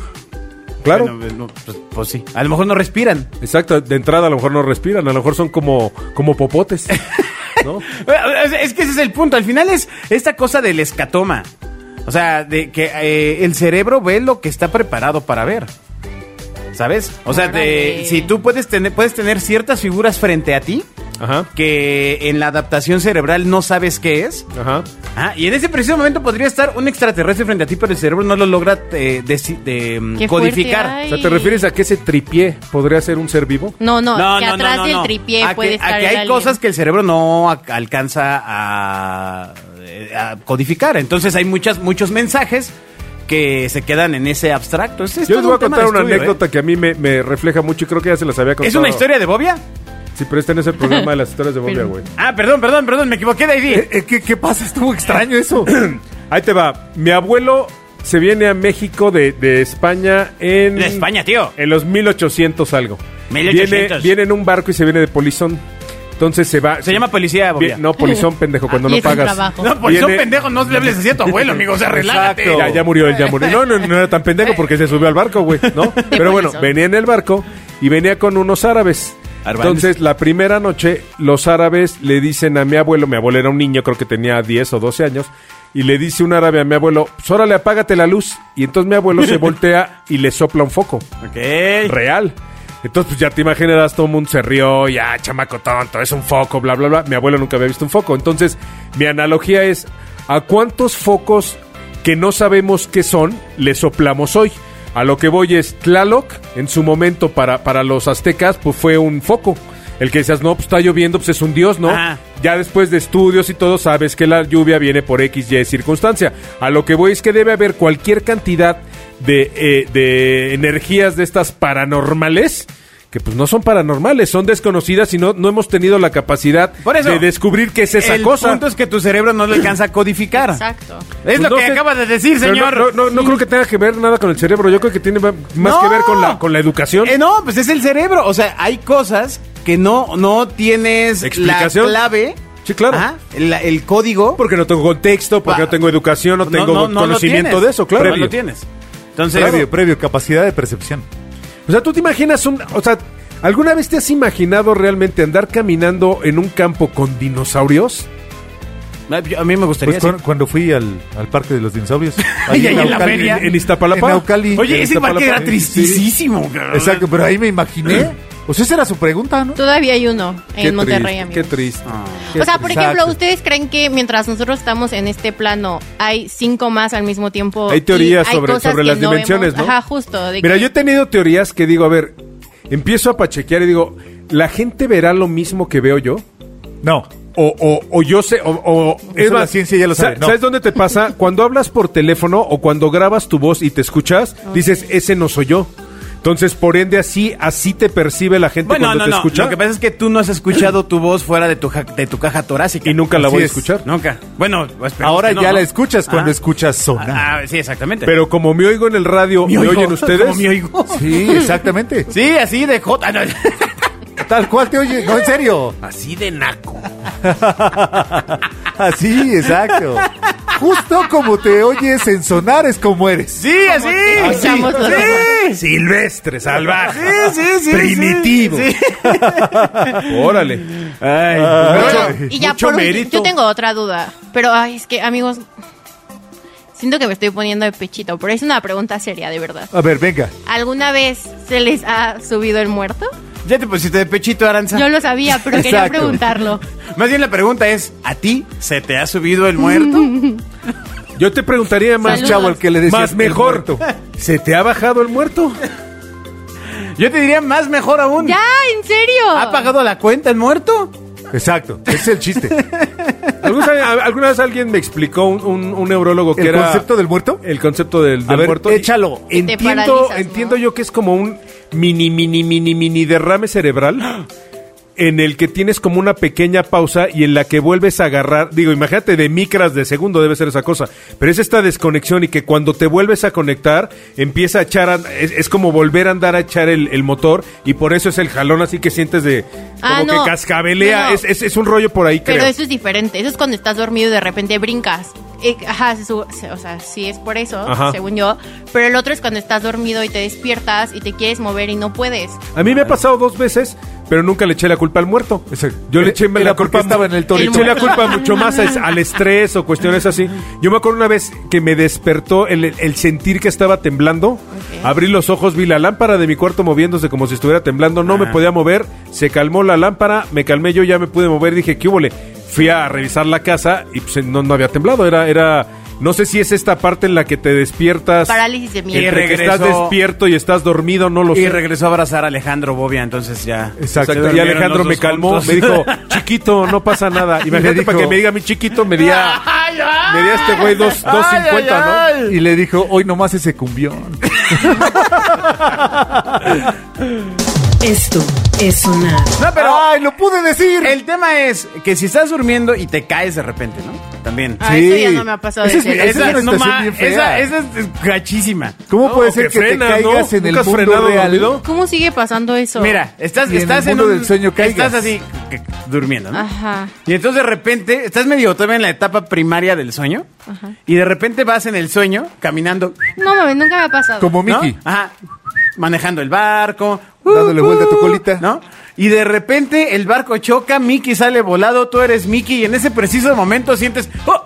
Speaker 5: Claro.
Speaker 2: Bueno, pues, no, pues, pues sí. A lo mejor no respiran.
Speaker 5: Exacto, de entrada a lo mejor no respiran, a lo mejor son como, como [laughs] popotes. ¿no?
Speaker 2: Es- Es que ese es el punto. Al final es esta cosa del escatoma. O sea, de que eh, el cerebro ve lo que está preparado para ver. ¿Sabes? O sea, de-
Speaker 3: Órale.
Speaker 2: si tú puedes tener, puedes tener ciertas figuras frente a ti
Speaker 5: Ajá.
Speaker 2: que en la adaptación cerebral no sabes qué es.
Speaker 5: Ajá.
Speaker 2: Ah, y en ese preciso momento podría estar un extraterrestre frente a ti, pero el cerebro no lo logra eh, deci- de, mm,
Speaker 3: Qué fuerte,
Speaker 2: codificar.
Speaker 5: O sea, ¿te refieres a que ese tripié podría ser un ser vivo?
Speaker 3: No, no,
Speaker 2: No,
Speaker 3: que
Speaker 2: no, no,
Speaker 3: atrás
Speaker 2: no,
Speaker 3: del
Speaker 2: no.
Speaker 3: tripié
Speaker 2: A que-
Speaker 3: puede estar.
Speaker 2: a que
Speaker 3: el
Speaker 2: hay
Speaker 3: alien.
Speaker 2: cosas que el cerebro no a- alcanza a, eh, a codificar. Entonces hay muchas, muchos mensajes que se quedan en ese abstracto. Es- es todo
Speaker 5: Yo les voy a
Speaker 2: un tema
Speaker 5: contar
Speaker 2: de
Speaker 5: una
Speaker 2: estudio,
Speaker 5: anécdota
Speaker 2: ¿eh?
Speaker 5: que a mí me, me refleja mucho y creo que ya se las había contado.
Speaker 2: ¿Es una historia de Bobia?
Speaker 5: Sí, pero este no es el programa de las historias de Bobia, güey.
Speaker 2: Ah, perdón, perdón, perdón, me equivoqué de ahí.
Speaker 4: Eh, eh, ¿Qué, qué pasa? Estuvo extraño
Speaker 2: [clears throat]
Speaker 4: eso.
Speaker 5: Ahí te va. Mi abuelo se viene a México de, de España en...
Speaker 2: De España, tío.
Speaker 5: En los 1800 algo.
Speaker 2: 1800.
Speaker 5: Viene, viene en un barco y se viene de Polizón. Entonces se va...
Speaker 2: Se llama policía de Bobia.
Speaker 5: Bien, no, polizón, pendejo, cuando
Speaker 3: Y
Speaker 5: no
Speaker 3: es un
Speaker 5: pagas.
Speaker 3: trabajo.
Speaker 2: No, por eso,
Speaker 5: Viene-
Speaker 2: pendejo, no le hables así a tu
Speaker 5: [laughs]
Speaker 2: abuelo, amigo. O sea, relájate.
Speaker 5: Exacto. Ya, ya murió él, ya murió. No, no, no era tan pendejo porque se subió al barco, güey,
Speaker 3: [laughs]
Speaker 5: ¿no? Pero bueno, venía en el barco y venía con unos árabes.
Speaker 2: Arbanes.
Speaker 5: Entonces, la primera noche, los árabes le dicen a mi abuelo, mi abuelo era un niño, creo que tenía 10 o 12 años, y le dice un árabe a mi abuelo, pues órale, apágate la luz. Y entonces mi abuelo se voltea y le sopla un foco
Speaker 2: Ok.
Speaker 5: real. Entonces, pues ya te imaginarás, todo el mundo se rió, ya, chamaco tonto, es un foco, bla, bla, bla. Mi abuelo nunca había visto un foco. Entonces, mi analogía es, ¿a cuántos focos que no sabemos qué son le soplamos hoy? A lo que voy es, Tlaloc, en su momento para, para los aztecas, pues fue un foco. El que decías, no, pues está lloviendo, pues es un dios, ¿no?
Speaker 2: Ajá.
Speaker 5: Ya después de estudios y todo sabes que la lluvia viene por X, Y circunstancia. A lo que voy es que debe haber cualquier cantidad de, eh, de energías de estas paranormales que pues no son paranormales, son desconocidas y no, no hemos tenido la capacidad
Speaker 2: Por eso,
Speaker 5: de descubrir qué es esa
Speaker 2: el
Speaker 5: cosa.
Speaker 2: punto es que tu cerebro no le alcanza a codificar.
Speaker 3: Exacto.
Speaker 2: Es
Speaker 5: Pues
Speaker 2: lo
Speaker 5: no
Speaker 2: que
Speaker 5: sé.
Speaker 2: acaba de decir,
Speaker 5: Pero
Speaker 2: señor.
Speaker 5: No, no- no creo que tenga que ver nada con el cerebro, yo creo que tiene más que
Speaker 2: No.
Speaker 5: ver con la, con la educación.
Speaker 2: Eh, no, pues es el cerebro. O sea, hay cosas que no, no tienes
Speaker 5: Explicación.
Speaker 2: la clave.
Speaker 5: Sí, claro.
Speaker 2: Ajá, la- el código.
Speaker 5: Porque no tengo contexto, porque
Speaker 2: Va.
Speaker 5: no tengo educación, no tengo
Speaker 2: lo
Speaker 5: conocimiento
Speaker 2: tienes.
Speaker 5: de eso, claro.
Speaker 2: No lo tienes. Entonces,
Speaker 4: Previo, previo, capacidad de percepción.
Speaker 5: O sea, tú te imaginas un. O sea, ¿alguna vez te has imaginado realmente andar caminando en un campo con dinosaurios?
Speaker 2: yo- a mí me gustaría.
Speaker 4: Pues cuan-
Speaker 2: sí.
Speaker 4: cuando fui al, al Parque de los Dinosaurios.
Speaker 2: Ay, [laughs] ahí en la
Speaker 4: Naucali,
Speaker 2: feria.
Speaker 5: En Iztapalapa.
Speaker 4: En Naucali.
Speaker 2: Oye,
Speaker 4: En
Speaker 2: ese
Speaker 4: Iztapalapa.
Speaker 2: parque era
Speaker 4: Sí.
Speaker 2: tristísimo. cabrón.
Speaker 4: Exacto, pero ahí me imaginé.
Speaker 2: [clears throat]
Speaker 4: O sea, esa era su pregunta, ¿no?
Speaker 3: Todavía hay uno
Speaker 5: Qué
Speaker 3: en Monterrey,
Speaker 5: triste,
Speaker 3: amigo.
Speaker 5: Qué triste.
Speaker 2: Ah.
Speaker 3: O sea, por
Speaker 4: Exacto.
Speaker 3: ejemplo, ¿ustedes creen que mientras nosotros estamos en este plano hay cinco más al mismo tiempo?
Speaker 5: Hay teorías
Speaker 3: y hay
Speaker 5: sobre,
Speaker 3: cosas
Speaker 5: sobre
Speaker 3: que
Speaker 5: las
Speaker 3: no
Speaker 5: dimensiones,
Speaker 3: vemos?
Speaker 5: ¿no?
Speaker 3: Ajá, justo. de
Speaker 5: Mira,
Speaker 3: que-
Speaker 5: yo he tenido teorías que digo, a ver, empiezo a pachequear y digo, ¿la gente verá lo mismo que veo yo?
Speaker 4: No.
Speaker 5: O, o- o yo sé, o, o-
Speaker 4: Eso la ciencia ya lo
Speaker 5: sa-
Speaker 4: sabe, no.
Speaker 5: ¿Sabes dónde
Speaker 3: [laughs]
Speaker 5: te pasa? Cuando hablas por teléfono o cuando grabas tu voz y te escuchas, dices, ese no soy yo. Entonces, por ende, así, así te percibe la gente
Speaker 2: Bueno,
Speaker 5: cuando
Speaker 2: no,
Speaker 5: te
Speaker 2: no.
Speaker 5: escucha.
Speaker 2: Lo que pasa es que tú no has escuchado tu voz fuera de tu, ja- de tu caja torácica.
Speaker 5: Y nunca la
Speaker 4: Así
Speaker 5: voy a
Speaker 4: es.
Speaker 5: escuchar.
Speaker 2: Nunca. Bueno, esperemos
Speaker 4: Ahora
Speaker 2: que no,
Speaker 4: ya
Speaker 2: ¿no?
Speaker 4: la escuchas cuando
Speaker 2: Ah.
Speaker 4: escuchas sonar.
Speaker 2: Ah, ah, sí, exactamente.
Speaker 5: Pero como me oigo en el radio,
Speaker 2: [laughs]
Speaker 5: ¿me,
Speaker 2: oigo?
Speaker 5: oyen ustedes?
Speaker 2: ¿Cómo me oigo?
Speaker 5: [laughs]
Speaker 4: [laughs] Sí, exactamente.
Speaker 2: Sí, así de jota. no.
Speaker 4: Tal cual te oye. No, en serio.
Speaker 2: Así de naco.
Speaker 4: Así, exacto. Justo como te oyes en sonar es como eres.
Speaker 2: Sí, así.
Speaker 3: escuchamos los demás.
Speaker 2: Sí. Sí,
Speaker 5: Silvestre, salvaje.
Speaker 2: sí, sí.
Speaker 5: Primitivo.
Speaker 2: Sí.
Speaker 5: [laughs] Órale.
Speaker 2: Ay,
Speaker 4: Ay.
Speaker 2: mucho-
Speaker 5: [laughs]
Speaker 3: Y ya
Speaker 2: mucho
Speaker 3: por último,
Speaker 2: mérito.
Speaker 3: yo tengo otra duda, pero ay, es que amigos, siento que me estoy poniendo de pechito, pero es una pregunta seria de verdad.
Speaker 4: A ver, venga.
Speaker 3: ¿Alguna vez se les ha subido el muerto?
Speaker 2: Ya te pusiste de pechito, Aranza.
Speaker 3: Yo lo sabía, pero quería
Speaker 4: Exacto.
Speaker 3: preguntarlo.
Speaker 2: Más bien la pregunta es, ¿a ti se te ha subido el muerto? [laughs]
Speaker 5: Yo te preguntaría más,
Speaker 3: Saludos.
Speaker 5: chavo, el que le decía.
Speaker 4: Más
Speaker 5: el
Speaker 4: mejor.
Speaker 5: muerto. ¿Se te ha bajado el muerto?
Speaker 2: Yo te diría más mejor aún.
Speaker 3: Ya, en serio.
Speaker 2: ¿Ha pagado la cuenta el muerto?
Speaker 4: Exacto. Ese es
Speaker 5: [laughs]
Speaker 4: el chiste.
Speaker 5: ¿Alguna vez, alguna vez alguien me explicó, un, un- un neurólogo, que
Speaker 4: ¿El
Speaker 5: era...
Speaker 4: concepto del muerto?
Speaker 5: El concepto del, del
Speaker 4: A ver,
Speaker 5: muerto.
Speaker 4: échalo.
Speaker 5: Y Entiendo,
Speaker 3: paralizas, ¿no?
Speaker 5: entiendo yo que es como un mini, mini, mini, mini derrame cerebral en el que tienes como una pequeña pausa y en la que vuelves a agarrar, digo, imagínate de micras de segundo debe ser esa cosa, pero es esta desconexión y que cuando te vuelves a conectar empieza a echar, a- es, es como volver a andar a echar el, el motor y por eso es el jalón así que sientes de como
Speaker 3: Ah, no.
Speaker 5: que cascabelea,
Speaker 3: No, no.
Speaker 5: Es, es- es un rollo por ahí
Speaker 3: Pero
Speaker 5: creo.
Speaker 3: eso es diferente. Eso es cuando estás dormido y de repente brincas. Eh, Ajá, se su- se- o sea, sí es por eso,
Speaker 5: Ajá.
Speaker 3: según yo. Pero el otro es cuando estás dormido y te despiertas y te quieres mover y no puedes.
Speaker 5: A mí me ha pasado dos veces, pero nunca le eché la culpa al muerto.
Speaker 4: Exacto.
Speaker 5: Yo le
Speaker 4: Era
Speaker 5: eché la
Speaker 4: porque
Speaker 5: culpa
Speaker 4: estaba en el
Speaker 5: le
Speaker 4: torito.
Speaker 5: eché la
Speaker 3: El muerto.
Speaker 5: culpa mucho más a- al estrés o cuestiones así. Yo me acuerdo una vez que me despertó el, el sentir que estaba temblando. Abrí los ojos, vi la lámpara de mi cuarto moviéndose como si estuviera temblando. No me podía mover. Se calmó la lámpara, me calmé yo, ya me pude mover. Dije, ¿qué húbole? Fui a revisar la casa y pues, no, no había temblado. Era, era. No sé si es esta parte en la que te despiertas.
Speaker 3: Parálisis de miedo.
Speaker 2: Y
Speaker 5: Entre que estás
Speaker 2: regreso.
Speaker 5: despierto y estás dormido, no lo
Speaker 2: Y
Speaker 5: sé.
Speaker 2: regresó a abrazar a Alejandro Bobia, entonces ya.
Speaker 5: Exacto.
Speaker 2: Se
Speaker 5: Y
Speaker 2: durmieron
Speaker 5: Alejandro
Speaker 2: los
Speaker 5: me
Speaker 2: dos
Speaker 5: calmó,
Speaker 2: juntos. [laughs]
Speaker 5: me dijo, chiquito, no pasa nada. Imagínate
Speaker 4: dijo-
Speaker 5: para que me diga mi chiquito, me diría, me diría este güey dos-
Speaker 2: Ay,
Speaker 5: 250, ¿no?
Speaker 2: ay, ay.
Speaker 4: Y le dijo, hoy nomás ese cumbión.
Speaker 1: Esto es sonar.
Speaker 2: No, pero
Speaker 4: ¡Ay, lo pude decir!
Speaker 2: el tema es que si estás durmiendo y te caes de repente, ¿no? También.
Speaker 3: Ah, eso ya no me ha pasado
Speaker 4: Ese
Speaker 3: de
Speaker 4: es mi-
Speaker 3: serio.
Speaker 4: esa es una
Speaker 2: no
Speaker 4: estación
Speaker 2: ma-
Speaker 4: bien fea.
Speaker 2: esa, esa es es gachísima.
Speaker 4: ¿Cómo
Speaker 5: No,
Speaker 4: puede
Speaker 5: o
Speaker 4: ser
Speaker 5: que
Speaker 4: que,
Speaker 5: frena,
Speaker 4: te caigas
Speaker 5: ¿no?
Speaker 4: en el
Speaker 5: ¿Nunca has
Speaker 4: mundo
Speaker 5: frenado
Speaker 4: real?
Speaker 5: dormido?
Speaker 3: ¿Cómo sigue pasando eso?
Speaker 2: Mira, estás,
Speaker 4: Y en
Speaker 2: estás
Speaker 4: el mundo
Speaker 2: un-
Speaker 4: del sueño caigas.
Speaker 2: Estás así, que- durmiendo, ¿no?
Speaker 3: Ajá.
Speaker 2: Y entonces de repente, estás medio todavía en la etapa primaria del sueño. Y de repente vas en el sueño, caminando.
Speaker 3: No mames, nunca me ha pasado.
Speaker 4: Como
Speaker 2: ¿no?
Speaker 4: Mickey.
Speaker 2: Ajá. Manejando el barco.
Speaker 4: Dándole vuelta a tu colita.
Speaker 2: ¿No? Y de repente el barco choca, Mickey sale volado, tú eres Mickey y en ese preciso momento sientes ¡oh!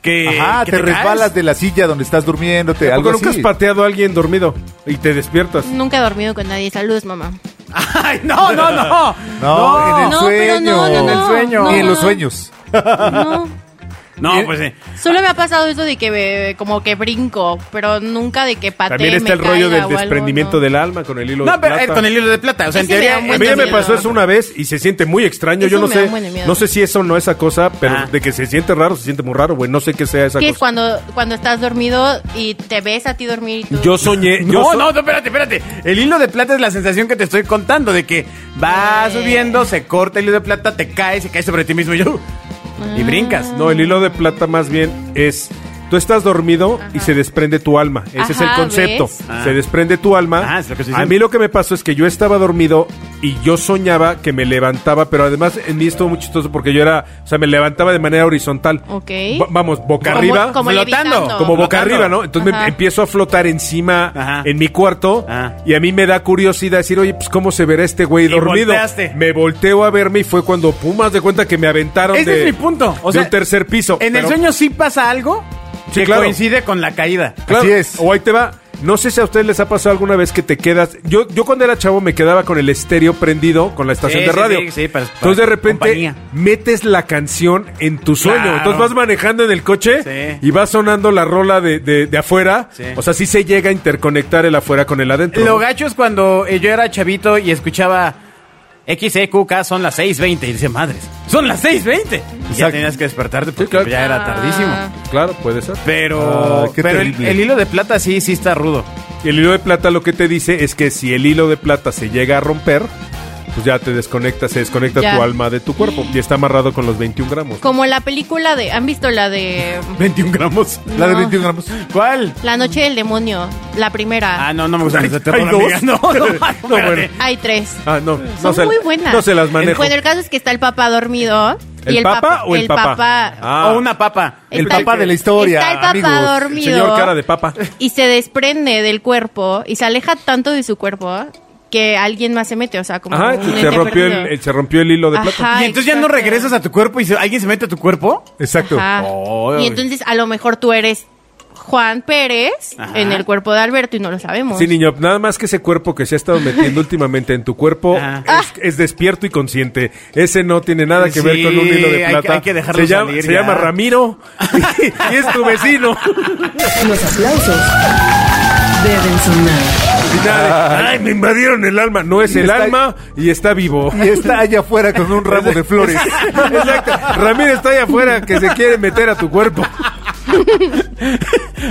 Speaker 2: que,
Speaker 4: Ajá,
Speaker 2: Eh, que
Speaker 4: te, resbalas
Speaker 2: caes.
Speaker 4: de la silla donde estás durmiéndote,
Speaker 5: ¿A poco
Speaker 4: algo
Speaker 5: nunca
Speaker 4: así.
Speaker 5: has pateado a alguien dormido y te despiertas?
Speaker 3: Nunca he dormido con nadie. Saludos, mamá.
Speaker 2: [laughs] Ay, no, no, no.
Speaker 4: [laughs] No, en el
Speaker 3: No,
Speaker 4: sueño.
Speaker 3: pero no, no,
Speaker 2: no, En el sueño. no,
Speaker 4: Ni en
Speaker 2: no,
Speaker 4: los
Speaker 3: no.
Speaker 4: sueños.
Speaker 5: [laughs]
Speaker 3: No.
Speaker 2: No, pues sí.
Speaker 3: Solo me ha pasado eso de que eh, como que brinco, pero nunca de que pateo.
Speaker 5: También está el rollo del desprendimiento del alma con el hilo
Speaker 2: No,
Speaker 5: de
Speaker 2: pero eh,
Speaker 5: plata.
Speaker 2: con el hilo de plata, o sea, en
Speaker 3: Ese me
Speaker 2: teoría
Speaker 3: da un
Speaker 5: A
Speaker 3: buen
Speaker 5: mí ya me
Speaker 3: miedo.
Speaker 5: pasó eso una vez y se siente muy extraño.
Speaker 3: Eso
Speaker 5: Yo no
Speaker 3: me
Speaker 5: sé,
Speaker 3: da buen miedo.
Speaker 5: no sé si eso no es esa cosa, pero
Speaker 2: Ah.
Speaker 5: de que se siente raro, se siente muy raro, güey. No sé qué sea esa
Speaker 3: Que es
Speaker 5: cosa.
Speaker 3: cuando, cuando estás dormido y te ves a ti dormir y tú...
Speaker 5: Yo [laughs] soñé. yo
Speaker 2: no,
Speaker 5: so-
Speaker 2: no, no, espérate, espérate. El hilo de plata es la sensación que te estoy contando, de que va
Speaker 3: Eh.
Speaker 2: subiendo, se corta el hilo de plata, te caes y caes sobre ti mismo y yo. Y brincas.
Speaker 5: No, el hilo de plata más bien es. Tú estás dormido y se desprende tu alma. Ese es el
Speaker 3: Ajá,
Speaker 5: concepto.
Speaker 3: ¿ves?
Speaker 2: Ah.
Speaker 5: Se desprende tu alma.
Speaker 2: Ah, es lo que estoy
Speaker 5: a
Speaker 2: diciendo.
Speaker 5: mí lo que me pasó es que yo estaba dormido y yo soñaba que me levantaba, pero además en mí estuvo muy chistoso porque yo era, o sea, me levantaba de manera horizontal.
Speaker 3: Ok.
Speaker 5: Va- vamos, boca
Speaker 3: Como-
Speaker 5: arriba.
Speaker 3: como
Speaker 2: flotando,
Speaker 3: levitando.
Speaker 5: como boca
Speaker 2: flotando.
Speaker 5: arriba, ¿no? Entonces me
Speaker 3: Ajá.
Speaker 5: empiezo a flotar encima
Speaker 2: Ajá.
Speaker 5: en mi cuarto
Speaker 2: Ajá.
Speaker 5: y a mí me da curiosidad decir, oye, pues cómo se verá este güey
Speaker 2: Y
Speaker 5: dormido.
Speaker 2: volteaste.
Speaker 5: Me volteo a verme y fue cuando pumas de cuenta que me aventaron
Speaker 2: Ese
Speaker 5: de-
Speaker 2: es mi punto. O
Speaker 5: de
Speaker 2: sea,
Speaker 5: un tercer piso.
Speaker 2: En el
Speaker 5: Pero-
Speaker 2: sueño sí pasa algo
Speaker 5: Sí,
Speaker 2: que
Speaker 5: claro.
Speaker 2: coincide con la caída.
Speaker 5: Claro,
Speaker 4: Así es.
Speaker 5: O ahí te va. No sé si a ustedes les ha pasado alguna vez que te quedas. Yo, yo cuando era chavo me quedaba con el estéreo prendido con la estación
Speaker 2: Sí,
Speaker 5: de
Speaker 2: sí,
Speaker 5: radio.
Speaker 2: sí, sí, para- para
Speaker 5: Entonces de repente
Speaker 2: compañía.
Speaker 5: metes la canción en tu sueño.
Speaker 2: Claro.
Speaker 5: Entonces vas manejando en el coche
Speaker 2: Sí.
Speaker 5: y va sonando la rola de, de- de afuera.
Speaker 2: Sí.
Speaker 5: O sea, sí se llega a interconectar el afuera con el adentro.
Speaker 2: Lo
Speaker 5: ¿no?
Speaker 2: gacho es cuando eh, yo era chavito y escuchaba XEQK son las 6.20. Y dice, madres, son las 6.20. Y ya
Speaker 5: Exacto.
Speaker 2: tenías que despertarte porque
Speaker 5: Sí, claro.
Speaker 2: ya era tardísimo.
Speaker 5: Claro, puede ser.
Speaker 2: Pero,
Speaker 4: Ah, qué
Speaker 2: pero el,
Speaker 4: terrible.
Speaker 2: el hilo de plata sí, sí está rudo.
Speaker 5: Y el hilo de plata lo que te dice es que si el hilo de plata se llega a romper, pues ya te desconecta, se desconecta
Speaker 3: Ya.
Speaker 5: tu alma de tu cuerpo. Y está amarrado con los 21 gramos.
Speaker 3: Como la película de. ¿Han visto la de.
Speaker 2: 21 gramos.
Speaker 4: La de
Speaker 3: No.
Speaker 4: 21 gramos.
Speaker 2: ¿Cuál?
Speaker 3: La Noche del Demonio? La primera.
Speaker 2: Ah, no, no me gustan las de terror,
Speaker 5: ¿hay dos?
Speaker 2: amiga. [laughs] No, no, no,
Speaker 5: bueno.
Speaker 2: espérate.
Speaker 3: Hay tres.
Speaker 5: Ah, no, no
Speaker 3: Son
Speaker 5: se,
Speaker 3: muy buenas.
Speaker 5: No se las manejo.
Speaker 3: Bueno, el caso es que está el papá dormido.
Speaker 5: ¿El papa o el papá? Ah.
Speaker 2: O una papa.
Speaker 4: El papá de la historia.
Speaker 3: Está el papá
Speaker 4: amigos.
Speaker 5: El
Speaker 3: dormido.
Speaker 5: señor cara de papa.
Speaker 3: Y se desprende del cuerpo y se aleja tanto de su cuerpo que alguien más se mete. O sea, como.
Speaker 5: Ajá,
Speaker 3: un
Speaker 5: se
Speaker 3: ente
Speaker 5: rompió el,
Speaker 3: perdido.
Speaker 5: el- se rompió el hilo de
Speaker 3: Ajá,
Speaker 5: plata.
Speaker 2: y entonces ya no
Speaker 3: Ah, exacto.
Speaker 2: regresas a tu cuerpo y se- alguien se mete a tu cuerpo.
Speaker 4: Exacto.
Speaker 3: Ajá.
Speaker 2: Oh,
Speaker 3: y entonces a lo mejor tú eres Juan Pérez
Speaker 2: Ajá.
Speaker 3: en el cuerpo de Alberto y no lo sabemos.
Speaker 5: Sí, niño, nada más que ese cuerpo que se ha estado
Speaker 3: [laughs]
Speaker 5: metiendo últimamente en tu cuerpo
Speaker 2: Ajá.
Speaker 5: es, es despierto y consciente. Ese no tiene nada que ver
Speaker 2: Sí,
Speaker 5: con un hilo de
Speaker 2: hay que-
Speaker 5: plata.
Speaker 2: hay que dejarlo
Speaker 5: se llama,
Speaker 2: salir
Speaker 5: se
Speaker 2: ya. [laughs]
Speaker 5: llama Ramiro y, y es tu vecino.
Speaker 1: Los aplausos deben sonar.
Speaker 5: Y nada de, Ay, me invadieron el alma. No es
Speaker 4: Y
Speaker 5: el
Speaker 4: está-
Speaker 5: alma y está vivo. [laughs]
Speaker 4: Y está allá afuera con un ramo de flores.
Speaker 5: Exacto. Ramiro está allá afuera que se quiere meter a tu cuerpo.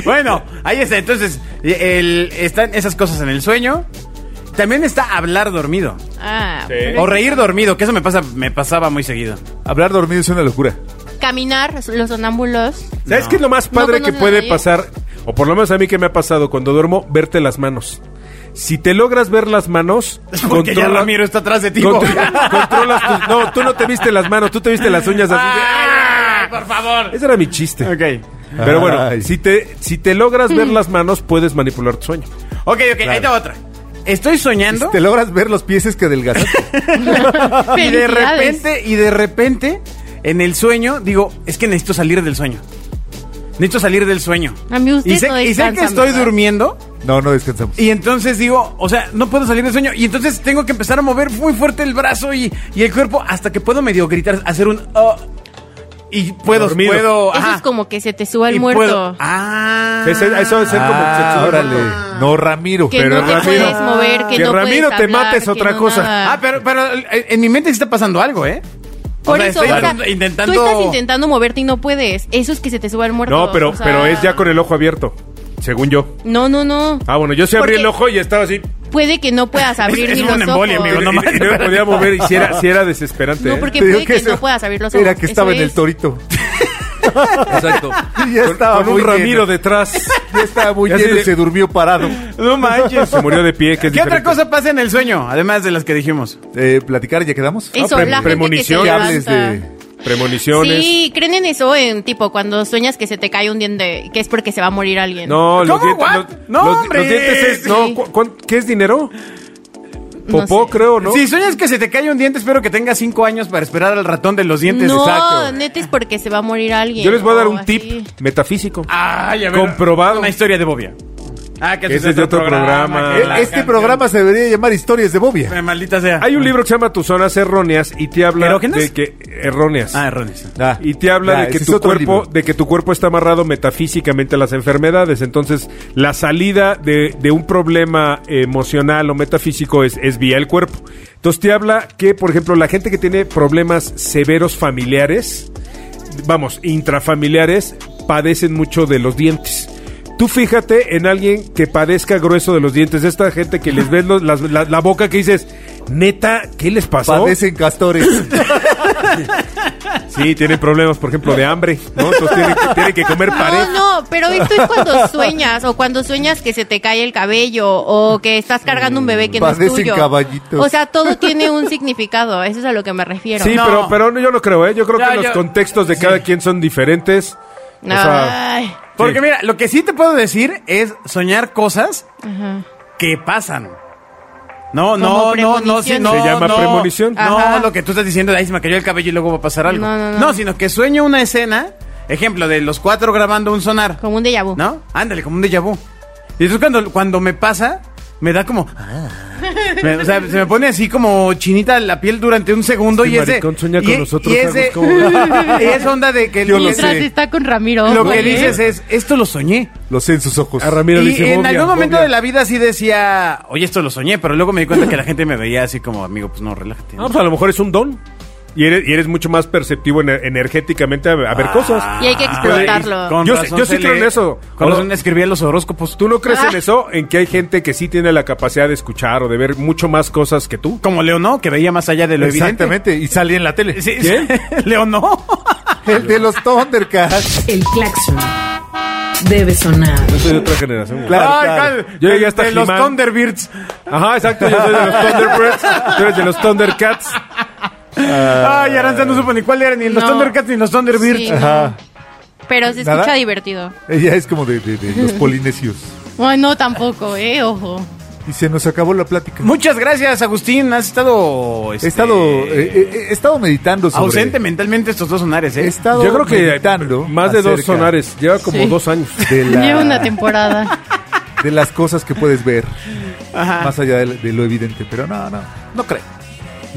Speaker 2: Bueno, ahí está. Entonces, el- están esas cosas en el sueño. También está hablar dormido.
Speaker 3: Ah,
Speaker 2: O reír dormido, que eso me pasa, me pasaba muy seguido.
Speaker 4: Hablar dormido es una locura.
Speaker 3: caminar, los sonámbulos.
Speaker 5: ¿Sabes qué es lo más padre
Speaker 3: No
Speaker 5: que
Speaker 3: conoces a
Speaker 5: puede
Speaker 3: nadie.
Speaker 5: pasar? O por lo menos a mí que me ha pasado cuando duermo, verte las manos. Si te logras ver
Speaker 2: [laughs]
Speaker 5: las manos,
Speaker 2: Porque ya
Speaker 5: controla-
Speaker 2: Ramiro está atrás de ti. [laughs]
Speaker 5: contro-
Speaker 2: Bobby.
Speaker 5: controlas tus- No, tú no te viste las manos, tú te viste las uñas así.
Speaker 2: Ah, por favor.
Speaker 5: Ese era mi chiste.
Speaker 2: Ok.
Speaker 5: Pero bueno,
Speaker 4: Ay.
Speaker 5: si te, si te logras ver las manos, puedes manipular tu sueño.
Speaker 2: Ok, ok, ahí está otra. Estoy soñando
Speaker 4: Si
Speaker 5: Este,
Speaker 4: te logras ver los pies es que adelgazaste.
Speaker 2: y de
Speaker 3: Felicidades.
Speaker 2: repente, y de repente, en el sueño, digo, es que necesito salir del sueño. Necesito salir del sueño.
Speaker 3: A mí ustedes
Speaker 2: y sé,
Speaker 3: no
Speaker 2: y sé que
Speaker 3: descansan,
Speaker 2: estoy
Speaker 3: ¿verdad?
Speaker 2: durmiendo.
Speaker 4: No, no descansamos.
Speaker 2: Y entonces digo, o sea, no puedo salir del sueño. Y entonces tengo que empezar a mover muy fuerte el brazo y, y el cuerpo hasta que puedo medio gritar, hacer un... "Oh", y puedo...
Speaker 5: Dormido.
Speaker 2: puedo
Speaker 3: Eso
Speaker 2: ajá.
Speaker 3: es como que se te suba el
Speaker 2: Y
Speaker 3: muerto.
Speaker 2: puedo- ah.
Speaker 5: Ese- eso es ser como
Speaker 4: Ah,
Speaker 5: sexual.
Speaker 4: órale.
Speaker 3: Ah.
Speaker 4: No, Ramiro.
Speaker 3: Que
Speaker 5: Pero
Speaker 3: no te
Speaker 5: Ramiro-
Speaker 3: puedes mover, que,
Speaker 5: Que
Speaker 3: no
Speaker 5: Ramiro
Speaker 3: puedes
Speaker 5: te
Speaker 3: hablar,
Speaker 5: mates
Speaker 3: que
Speaker 5: otra
Speaker 3: no
Speaker 5: cosa.
Speaker 3: nada.
Speaker 2: Ah, pero, pero eh, en mi mente sí está pasando algo, ¿eh? O
Speaker 3: Por
Speaker 2: sea,
Speaker 3: eso,
Speaker 2: estoy
Speaker 3: o sea,
Speaker 2: intentando...
Speaker 3: tú estás intentando moverte y no puedes. Eso es que se te suba el muerto.
Speaker 5: No, pero,
Speaker 3: o sea-
Speaker 5: pero es ya con el ojo abierto, según yo.
Speaker 3: No, no, no.
Speaker 5: Ah, bueno, yo sí abrí
Speaker 3: Porque
Speaker 5: el ojo y
Speaker 3: [laughs]
Speaker 5: estaba así.
Speaker 3: Puede que no puedas abrir
Speaker 2: Es- es
Speaker 3: ni
Speaker 2: un
Speaker 3: los
Speaker 2: embolia,
Speaker 3: ojos.
Speaker 2: amigo, no
Speaker 5: y-
Speaker 2: mames.
Speaker 5: y no me podía mover y si era, si era desesperante.
Speaker 3: No,
Speaker 5: ¿eh?
Speaker 3: porque
Speaker 4: Te digo
Speaker 3: puede que,
Speaker 4: eso-
Speaker 3: no puedas abrir los ojos.
Speaker 4: Era que
Speaker 3: Eso
Speaker 4: estaba en el
Speaker 3: es.
Speaker 4: torito.
Speaker 5: Exacto.
Speaker 4: [laughs] Y ya
Speaker 5: Con-
Speaker 4: estaba
Speaker 5: con
Speaker 4: muy
Speaker 5: un Ramiro
Speaker 4: lleno.
Speaker 5: detrás.
Speaker 4: Ya estaba muy
Speaker 5: Ya
Speaker 4: lleno
Speaker 5: se-
Speaker 4: y se durmió parado.
Speaker 2: No manches.
Speaker 5: Se murió de pie, que es
Speaker 2: ¿Qué otra
Speaker 5: diferente.
Speaker 2: cosa pasa en el sueño? Además de las que dijimos.
Speaker 4: Eh, platicar, ¿ya quedamos?
Speaker 3: Eso,
Speaker 5: Ah, pre-
Speaker 3: la gente que se
Speaker 5: premonición.
Speaker 4: Que hables
Speaker 3: levanta.
Speaker 4: de...
Speaker 5: Premoniciones.
Speaker 3: Sí, creen en eso, en tipo cuando sueñas que se te cae un diente, que es porque se va a morir alguien.
Speaker 5: No, los
Speaker 2: ¿Cómo,
Speaker 5: dientes.
Speaker 2: what?
Speaker 5: los-
Speaker 2: No,
Speaker 5: los-
Speaker 2: hombre.
Speaker 5: los dientes es. No,
Speaker 3: Sí.
Speaker 5: ¿cu- cuán- ¿Qué es dinero?
Speaker 3: No
Speaker 5: Popó,
Speaker 3: sé.
Speaker 5: creo, Oh, ¿no?
Speaker 2: Si sueñas que se te cae un diente, espero que tengas cinco años para esperar al ratón de los dientes.
Speaker 3: no,
Speaker 2: Exacto.
Speaker 3: neta es porque se va a morir alguien.
Speaker 5: Yo les voy a dar
Speaker 3: o
Speaker 5: un
Speaker 3: así.
Speaker 5: tip metafísico.
Speaker 2: Ah. Ay, a ver.
Speaker 5: Comprobado.
Speaker 2: Una historia de Bobia. Ah, que
Speaker 5: Ese es de otro programa.
Speaker 2: que la
Speaker 4: Este
Speaker 2: canción-
Speaker 4: programa se debería llamar Historias de Bobia.
Speaker 2: Eh, Maldita sea.
Speaker 5: Hay un libro que se llama Tus zonas erróneas y te habla
Speaker 2: ¿Erógenas?
Speaker 5: de que erróneas.
Speaker 2: Ah, erróneos.
Speaker 4: Ah,
Speaker 5: Y te habla
Speaker 4: ya,
Speaker 5: de, que
Speaker 4: ese es
Speaker 5: tu
Speaker 4: otro
Speaker 5: cuerpo,
Speaker 4: libro.
Speaker 5: de que tu cuerpo está amarrado metafísicamente a las enfermedades. Entonces, la salida de, de un problema emocional o metafísico es, es vía el cuerpo. Entonces, te habla que, por ejemplo, la gente que tiene problemas severos familiares, vamos, intrafamiliares, padecen mucho de los dientes. Tú fíjate en alguien que padezca grueso de los dientes. Esta gente que les ves los- las- la, la boca que dices, neta, ¿qué les pasó?
Speaker 4: Padecen [laughs] castores.
Speaker 5: Sí, tienen problemas, por ejemplo, de hambre, ¿no? Entonces tienen que, tienen que comer pared.
Speaker 3: No, no, pero esto es
Speaker 4: [laughs]
Speaker 3: cuando sueñas o cuando sueñas que se te cae el cabello o que estás cargando
Speaker 4: Mm,
Speaker 3: un bebé que no es
Speaker 4: Padecen
Speaker 3: tuyo.
Speaker 4: caballitos.
Speaker 3: O sea, todo tiene un significado, eso es a lo que me refiero.
Speaker 5: Sí,
Speaker 2: No.
Speaker 5: pero, pero no, yo no creo, ¿eh? Yo creo
Speaker 2: Ya,
Speaker 5: que los
Speaker 2: yo-
Speaker 5: contextos de cada quien son diferentes. O sea,
Speaker 3: Ay.
Speaker 2: Porque
Speaker 5: Sí.
Speaker 2: mira, lo que sí te puedo decir es soñar cosas que pasan. No, no, no, no, sí, no.
Speaker 5: Se llama
Speaker 2: no.
Speaker 5: premonición.
Speaker 2: No,
Speaker 3: Ajá.
Speaker 2: lo que tú estás diciendo, ahí se me cayó el cabello y luego va a pasar algo.
Speaker 3: No, no, no.
Speaker 2: sino que sueño una escena, ejemplo, de los cuatro grabando un sonar.
Speaker 3: Como un déjà vu. [laughs]
Speaker 2: ¿No? Ándale, como un déjà vu. Y entonces cuando, cuando me pasa, me da como... ah. Me- o sea, se me pone así como chinita la piel durante un segundo
Speaker 5: Este
Speaker 2: y ese.
Speaker 5: maricón sueña con
Speaker 2: y-
Speaker 5: nosotros,
Speaker 2: y ese-
Speaker 5: ¿sabes cómo?
Speaker 2: [laughs] y es onda de que
Speaker 4: Yo lo
Speaker 2: mientras-
Speaker 6: Mientras
Speaker 4: sé.
Speaker 6: está con Ramiro. ¿eh?
Speaker 2: lo
Speaker 6: güey.
Speaker 2: que dices es, esto lo soñé.
Speaker 4: Lo sé en sus ojos.
Speaker 5: A Ramiro
Speaker 2: y
Speaker 5: dice,
Speaker 2: en
Speaker 5: "Bobia,
Speaker 2: algún momento
Speaker 5: bobia".
Speaker 2: de la vida sí decía, oye, esto lo soñé, pero luego me di cuenta que la gente me veía así como, amigo, pues no, relájate.
Speaker 5: Ah, pues a lo mejor es un don. Y eres, y eres mucho más perceptivo ener- energéticamente a, a ver cosas.
Speaker 3: pues, Y hay que explotarlo.
Speaker 2: Ah, Con
Speaker 5: Yo sí-
Speaker 2: razón
Speaker 5: yo sí
Speaker 2: se
Speaker 5: creo en
Speaker 2: lee.
Speaker 5: eso.
Speaker 2: Con
Speaker 5: O-
Speaker 2: razón escribía los horóscopos.
Speaker 5: pues, ¿Tú no crees en eso? En que hay gente que sí tiene la capacidad de escuchar o de ver mucho más cosas que tú.
Speaker 2: Como Leo no, que veía más allá de lo evidente.
Speaker 4: Exactamente, y salía en la tele.
Speaker 2: Sí, sí. [laughs] Leo no.
Speaker 4: [laughs] El de los Thundercats.
Speaker 1: El claxon debe sonar.
Speaker 5: Yo soy de otra generación.
Speaker 4: Claro,
Speaker 2: Ay,
Speaker 4: claro.
Speaker 2: cal-
Speaker 5: Yo llegué hasta
Speaker 2: de los
Speaker 5: He-Man.
Speaker 2: Thunderbirds.
Speaker 5: Ajá, exacto. Yo soy de los Thunderbirds. Tú eres de los Thundercats.
Speaker 4: Ah.
Speaker 2: Ay, Aranza no supo ni cuál era, ni los
Speaker 6: No.
Speaker 2: Thundercats ni los Thunderbirds.
Speaker 6: Sí,
Speaker 4: Ajá.
Speaker 6: Pero se escucha
Speaker 4: ¿Nada?
Speaker 6: divertido.
Speaker 4: Ella es como de, de- de los polinesios.
Speaker 6: Ay, no, tampoco, eh, ojo.
Speaker 4: Y se nos acabó la plática.
Speaker 2: Muchas gracias, Agustín. Has estado.
Speaker 4: He
Speaker 2: este,
Speaker 4: estado, eh, eh, he estado meditando sobre...
Speaker 2: ausente mentalmente estos dos sonares, ¿eh?
Speaker 4: He estado
Speaker 5: Yo creo que
Speaker 4: meditando
Speaker 5: más de dos
Speaker 4: acerca
Speaker 5: sonares. Lleva como
Speaker 6: Sí.
Speaker 5: dos años.
Speaker 4: [laughs] De,
Speaker 3: [laughs]
Speaker 4: la-
Speaker 6: Lleva una temporada.
Speaker 4: de las cosas que puedes ver. Más allá de, de lo evidente. Pero no, no, no creo.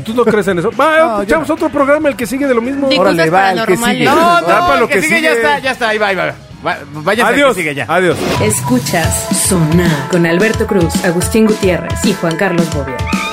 Speaker 5: ¿Tú no crees en eso? Va,
Speaker 4: No, yo
Speaker 5: escuchamos
Speaker 4: no.
Speaker 5: otro programa, el que sigue de lo mismo.
Speaker 6: De
Speaker 4: Órale,
Speaker 6: cosas
Speaker 4: va, el que
Speaker 6: paranormales.
Speaker 4: sigue.
Speaker 2: No,
Speaker 5: Ya,
Speaker 2: no,
Speaker 5: para lo
Speaker 2: el que,
Speaker 5: que
Speaker 2: sigue, ya
Speaker 5: sigue.
Speaker 2: está, ya está, ahí va, ahí va. va váyase, el que
Speaker 5: Adiós.
Speaker 2: sigue ya.
Speaker 5: Adiós.
Speaker 1: Escuchas Sonar con Alberto Cruz, Agustín Gutiérrez y Juan Carlos Bobia.